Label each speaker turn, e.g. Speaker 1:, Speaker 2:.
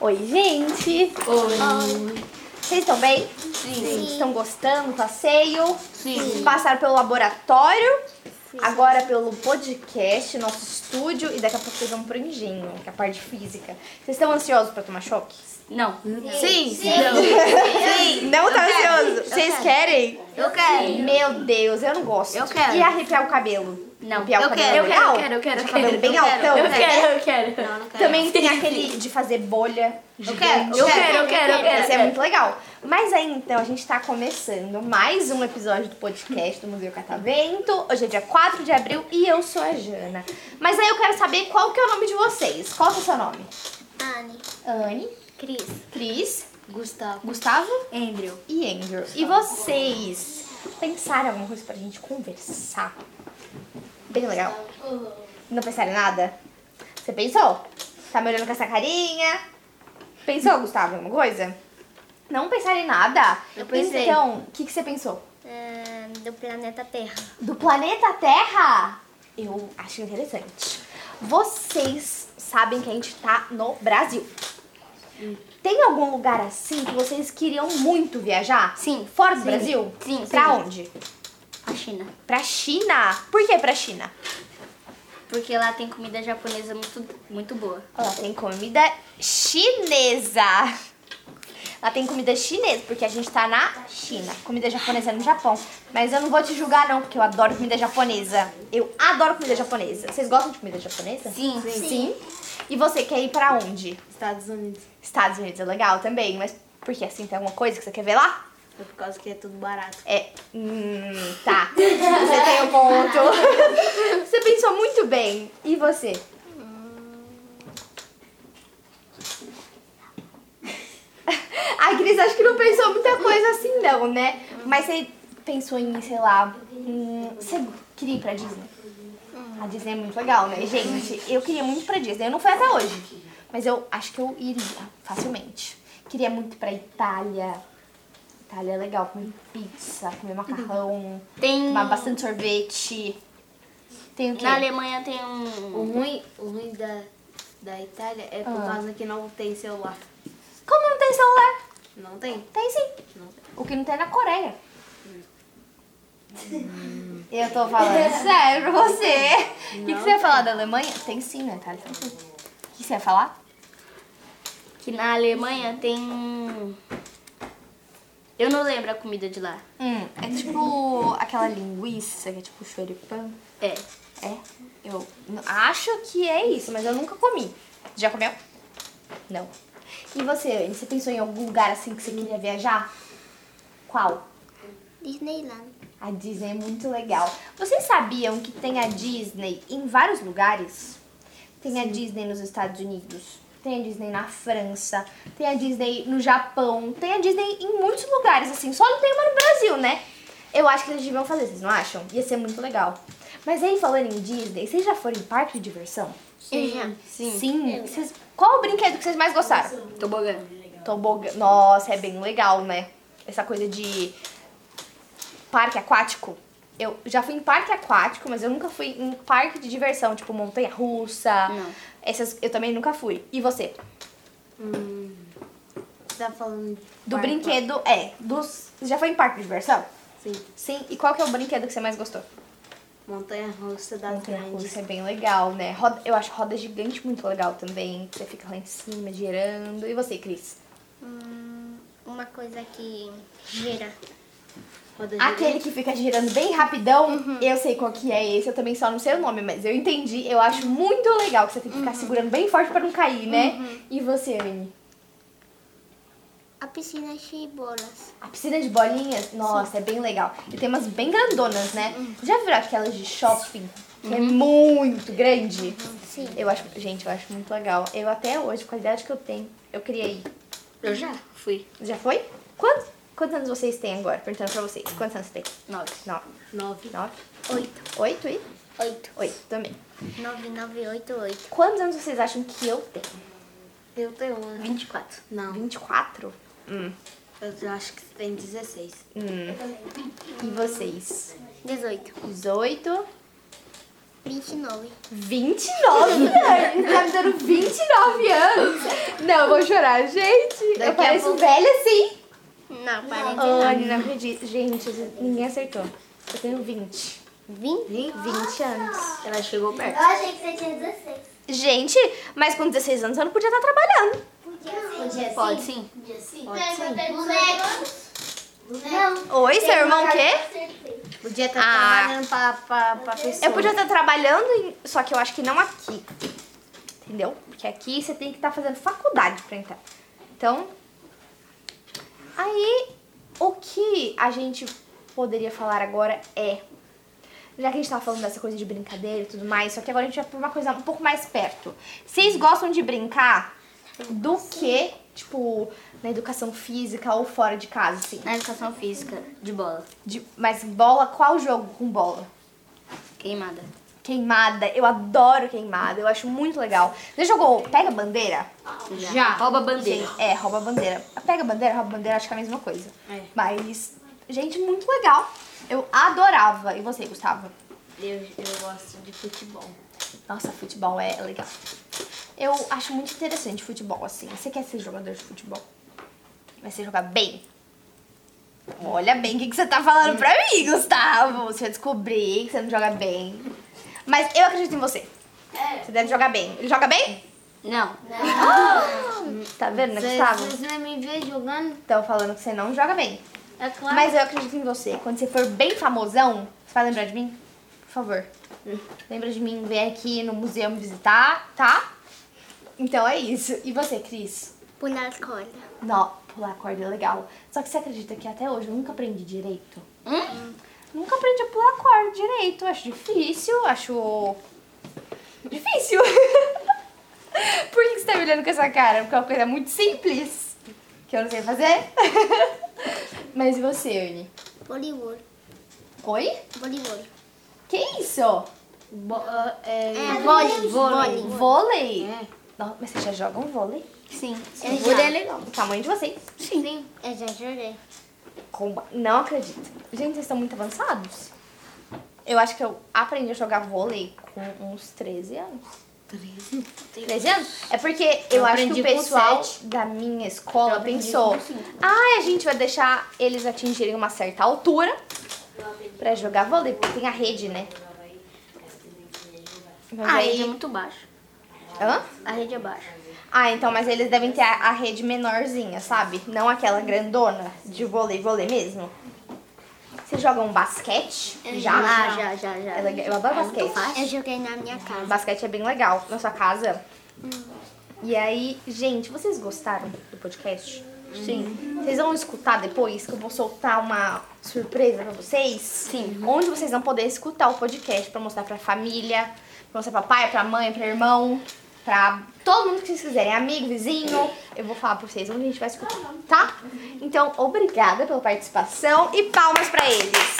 Speaker 1: Oi, gente!
Speaker 2: Oi.
Speaker 1: Vocês estão bem? Sim. Estão gostando do passeio?
Speaker 2: Sim.
Speaker 1: Passaram pelo laboratório, agora pelo podcast, nosso estúdio e daqui a pouco vocês vão pro engenho, que é a parte de física. Vocês estão ansiosos pra tomar choque?
Speaker 2: Não.
Speaker 1: Sim! Não tá ansioso? Vocês querem?
Speaker 2: Eu quero.
Speaker 1: Meu Deus, eu não gosto.
Speaker 2: Eu quero.
Speaker 1: E arrepiar o cabelo?
Speaker 2: Não. Tá
Speaker 1: Arrepiar
Speaker 2: Eu
Speaker 1: o cabelo é
Speaker 2: quero, eu quero,
Speaker 1: legal?
Speaker 2: eu quero, eu quero,
Speaker 1: Deixa
Speaker 2: eu
Speaker 1: o cabelo
Speaker 2: quero,
Speaker 1: bem
Speaker 2: eu quero,
Speaker 1: altão.
Speaker 2: eu quero.
Speaker 3: eu quero.
Speaker 2: né? Não, não quero.
Speaker 1: Também tem aquele de fazer bolha.
Speaker 2: Eu quero,
Speaker 1: gigante.
Speaker 2: eu quero, eu
Speaker 3: quero, eu quero.
Speaker 1: Esse é muito legal. Mas aí então, a gente tá começando mais um episódio do podcast do Museu Catavento. Hoje é dia 4 de abril e eu sou a Jana. Mas aí eu quero saber qual que é o nome de vocês. Qual que é o seu nome?
Speaker 4: Anne,
Speaker 1: Anne,
Speaker 4: Cris,
Speaker 1: Cris,
Speaker 2: Gustavo.
Speaker 1: Gustavo
Speaker 2: Andrew.
Speaker 1: e Andrew. E vocês pensaram em alguma coisa pra gente conversar? Bem legal. Não pensaram em nada? Você pensou? Tá me olhando com essa carinha? Pensou, Gustavo, em alguma coisa? Não pensaram em nada?
Speaker 2: Eu pensei.
Speaker 1: Então, o que, que você pensou?
Speaker 4: é, do planeta Terra.
Speaker 1: Do planeta Terra? Eu acho interessante. Vocês sabem que a gente tá no Brasil.
Speaker 2: Hum.
Speaker 1: Tem algum lugar assim que vocês queriam muito viajar?
Speaker 2: Sim.
Speaker 1: Fora do
Speaker 2: Sim.
Speaker 1: Brasil?
Speaker 2: Sim,
Speaker 1: Pra
Speaker 2: sim.
Speaker 1: onde?
Speaker 2: A China.
Speaker 1: Pra China? Por que pra China?
Speaker 2: Porque lá tem comida japonesa muito, muito boa.
Speaker 1: Lá tem comida chinesa. Lá tem comida chinesa, porque a gente tá na China. Comida japonesa é no Japão. Mas eu não vou te julgar, não, porque eu adoro comida japonesa. Eu adoro comida japonesa. Vocês gostam de comida japonesa?
Speaker 2: Sim. Sim.
Speaker 1: Sim. E você quer ir pra onde?
Speaker 3: Estados Unidos.
Speaker 1: Estados Unidos é legal também, mas porque assim tem alguma coisa que você quer ver lá?
Speaker 3: É por causa que é tudo barato.
Speaker 1: É. Hum, tá. Você tem um ponto. Você pensou muito bem. E você? A Cris acho que não pensou muita coisa assim, não, né? Mas você pensou em, sei lá. hum, você queria ir pra Disney? A Disney é muito legal, né? Gente, eu queria muito ir pra Disney. Eu não fui até hoje. Mas eu acho que eu iria facilmente. Queria muito ir pra Itália. Itália é legal, comer pizza, comer macarrão,
Speaker 2: Tem.
Speaker 1: tomar bastante sorvete. Tem o quê?
Speaker 2: Na Alemanha tem um.
Speaker 3: O ruim, o ruim da, da Itália é por
Speaker 1: Ah.
Speaker 3: causa que não tem celular.
Speaker 1: Como não tem celular?
Speaker 3: Não tem?
Speaker 1: Tem sim.
Speaker 3: Não tem.
Speaker 1: O que não tem é na Coreia. Eu tô falando sério pra você. O que, que você ia falar da Alemanha? Tem sim, né, Itália? Tem sim. O que você ia falar?
Speaker 2: Que na Alemanha tem. um- Eu não lembro a comida de lá.
Speaker 1: Hum, é tipo aquela linguiça que é tipo choripan.
Speaker 2: É.
Speaker 1: É, eu n- acho que é isso, mas eu nunca comi. Já comeu? Não. E você, Anne, você pensou em algum lugar assim que você queria viajar? Qual?
Speaker 4: Disneyland.
Speaker 1: A Disney é muito legal. Vocês sabiam que tem a Disney em vários lugares? Tem a Disney nos Estados Unidos, tem a Disney na França, tem a Disney no Japão, tem a Disney em muitos lugares, assim, só não tem uma no Brasil, né? Eu acho que eles deviam fazer, vocês não acham? Ia ser muito legal. Mas aí, falando em Disney, vocês já foram em parque de diversão?
Speaker 4: Sim.
Speaker 1: Sim. Vocês- Qual o brinquedo que vocês mais gostaram?
Speaker 2: Tobogã.
Speaker 1: Tobogã. Nossa, é bem legal, né? Essa coisa de parque aquático. Eu já fui em parque aquático, mas eu nunca fui em parque de diversão, tipo montanha russa.
Speaker 2: Não.
Speaker 1: Essas eu também nunca fui. E você?
Speaker 3: Você tá falando de
Speaker 1: Do
Speaker 3: parque?
Speaker 1: brinquedo, é, dos você já foi em parque de diversão?
Speaker 3: Sim.
Speaker 1: Sim. E qual que é o brinquedo que você mais gostou?
Speaker 3: Montanha russa das
Speaker 1: Montanha
Speaker 3: grandes.
Speaker 1: russa é bem legal, né? Roda- eu acho roda gigante muito legal também. Você fica lá em cima girando. E você, Cris?
Speaker 4: Hum, uma coisa que gira.
Speaker 3: Roda
Speaker 2: Ah,
Speaker 1: Aquele que fica girando bem rapidão,
Speaker 4: Uhum.
Speaker 1: eu sei qual que é esse, eu também só não sei o nome, mas eu entendi. Eu acho muito legal que você tem que ficar
Speaker 4: Uhum.
Speaker 1: segurando bem forte pra não cair, né? E você, Anne?
Speaker 4: A piscina é de bolas.
Speaker 1: A piscina de bolinhas, nossa, é bem legal. E tem umas bem grandonas, né?
Speaker 4: Uhum.
Speaker 1: Já viram aquelas de shopping? Que é muito grande.
Speaker 4: Sim.
Speaker 1: Eu acho, gente, eu acho muito legal. Eu até hoje, com a idade que eu tenho, eu queria ir.
Speaker 2: Eu já fui.
Speaker 1: Já foi? Quantos, quantos anos vocês têm agora? Perguntando pra vocês. Quantos anos você tem?
Speaker 2: Nove.
Speaker 1: Nove.
Speaker 3: Nove.
Speaker 1: Nove?
Speaker 4: Oito.
Speaker 1: Oito e?
Speaker 4: Oito.
Speaker 1: Oito também.
Speaker 4: Nove, nove, oito, oito.
Speaker 1: Quantos anos vocês acham que eu tenho?
Speaker 3: Eu tenho um.
Speaker 2: 24.
Speaker 3: Não.
Speaker 1: 24? Hum.
Speaker 3: Eu acho que você tem 16.
Speaker 1: Hum. E vocês?
Speaker 4: 18.
Speaker 1: 18?
Speaker 4: 29.
Speaker 1: 29 anos? Tá me dando 29 anos? Não, eu vou chorar. Gente, eu
Speaker 3: Daqui a
Speaker 1: pareço
Speaker 3: pouco- É
Speaker 1: velha assim.
Speaker 4: Não, parece
Speaker 1: Olha, não acredito. Gente, ninguém acertou. Eu tenho 20.
Speaker 4: 20.
Speaker 1: 20 anos.
Speaker 3: Ela chegou perto.
Speaker 5: achei que você tinha 16.
Speaker 1: Gente, mas com 16 anos eu não podia estar trabalhando.
Speaker 5: Podia ser.
Speaker 2: Pode sim.
Speaker 5: Podia ser.
Speaker 3: Pode ser.
Speaker 5: Bonecos. Bonecos.
Speaker 1: Oi, seu irmão o quê?
Speaker 3: Podia estar
Speaker 1: Ah.
Speaker 3: tá trabalhando pra, pra, pra pessoa.
Speaker 1: Eu podia estar trabalhando, em- só que eu acho que não aqui. Entendeu? Porque aqui você tem que estar fazendo faculdade pra entrar. Então. Aí, o que a gente poderia falar agora é. Já que a gente tava falando dessa coisa de brincadeira e tudo mais, só que agora a gente vai pra uma coisa um pouco mais perto. Vocês gostam de brincar do que, tipo, na educação física ou fora de casa, assim?
Speaker 2: Na educação física, de bola.
Speaker 1: De- mas bola, qual jogo com bola?
Speaker 2: Queimada.
Speaker 1: Queimada, eu adoro queimada, eu acho muito legal. Você jogou pega bandeira?
Speaker 2: Já. Rouba a bandeira.
Speaker 1: Gente, é, rouba bandeira. Pega bandeira, rouba bandeira, acho que é a mesma coisa.
Speaker 3: É.
Speaker 1: Mas, gente, muito legal. Eu adorava. E você, Gustavo?
Speaker 3: Eu, eu gosto de futebol.
Speaker 1: Nossa, futebol é legal. Eu acho muito interessante futebol, assim. Você quer ser jogador de futebol? Mas você jogar bem? Olha bem o que, que você tá falando pra mim, Gustavo. Você vai descobrir que você não joga bem. Mas eu acredito em você. Você deve jogar bem. Ele joga bem?
Speaker 2: Não.
Speaker 1: Tá vendo, né,
Speaker 3: Vocês
Speaker 1: Gustavo?
Speaker 3: vocês não é me vê jogando?
Speaker 1: Estão falando que você não joga bem.
Speaker 3: É claro.
Speaker 1: Mas eu acredito em você. Quando você for bem famosão, você vai lembrar de mim? Por favor.
Speaker 3: Hum.
Speaker 1: Lembra de mim vem aqui no museu me visitar, tá? Então é isso. E você, Cris?
Speaker 4: Pular as cordas.
Speaker 1: Não, pular corda é legal. Só que você acredita que até hoje eu nunca aprendi direito? Nunca aprendi a pular corda direito. Acho difícil, acho. Difícil. Por que que você tá me olhando com essa cara? Porque é uma coisa muito simples que eu não sei fazer. Mas e você, Anne?
Speaker 4: Voleibol.
Speaker 1: Oi?
Speaker 4: Voleibol.
Speaker 1: Que isso?
Speaker 3: Bo é,
Speaker 4: É,
Speaker 3: vôlei.
Speaker 4: vôlei.
Speaker 3: Vôlei.
Speaker 1: Vôlei?
Speaker 3: É.
Speaker 1: Nossa, mas vocês já jogam vôlei?
Speaker 2: Sim.
Speaker 4: Eu já.
Speaker 2: Vôlei é legal.
Speaker 1: Do tamanho de vocês.
Speaker 4: Sim. Eu já joguei.
Speaker 1: Comba- Não acredito. Gente, vocês estão muito avançados. Eu acho que eu aprendi a jogar vôlei com uns 13 anos. 13 anos? É porque eu,
Speaker 3: Eu
Speaker 1: acho que
Speaker 3: aprendi
Speaker 1: o
Speaker 3: com
Speaker 1: pessoal
Speaker 3: sete.
Speaker 1: da minha escola
Speaker 2: Eu aprendi
Speaker 1: pensou:
Speaker 2: com cinco.
Speaker 1: ah, a gente vai deixar eles atingirem uma certa altura pra jogar vôlei, porque tem a rede, né? Mas
Speaker 2: A
Speaker 1: aí-
Speaker 2: rede é muito baixa.
Speaker 1: Hã?
Speaker 2: A rede é baixa.
Speaker 1: Ah, então, mas eles devem ter a, a rede menorzinha, sabe? Não aquela grandona de vôlei, vôlei mesmo. Vocês jogam basquete?
Speaker 4: É
Speaker 1: Já?
Speaker 2: Ah, já, já, já.
Speaker 1: É legal. Eu adoro basquete.
Speaker 4: Eu joguei na minha casa.
Speaker 1: Basquete é bem legal na sua casa. E aí, gente, vocês gostaram do podcast?
Speaker 2: Sim.
Speaker 1: Vocês vão escutar depois que eu vou soltar uma surpresa pra vocês? Sim. Onde vocês vão poder escutar o podcast pra mostrar pra família, pra mostrar pra pai, pra mãe, pra irmão, pra todo mundo que vocês quiserem, amigo, vizinho. Eu vou falar pra vocês onde a gente vai escutar, tá? Então, obrigada pela participação e palmas pra eles.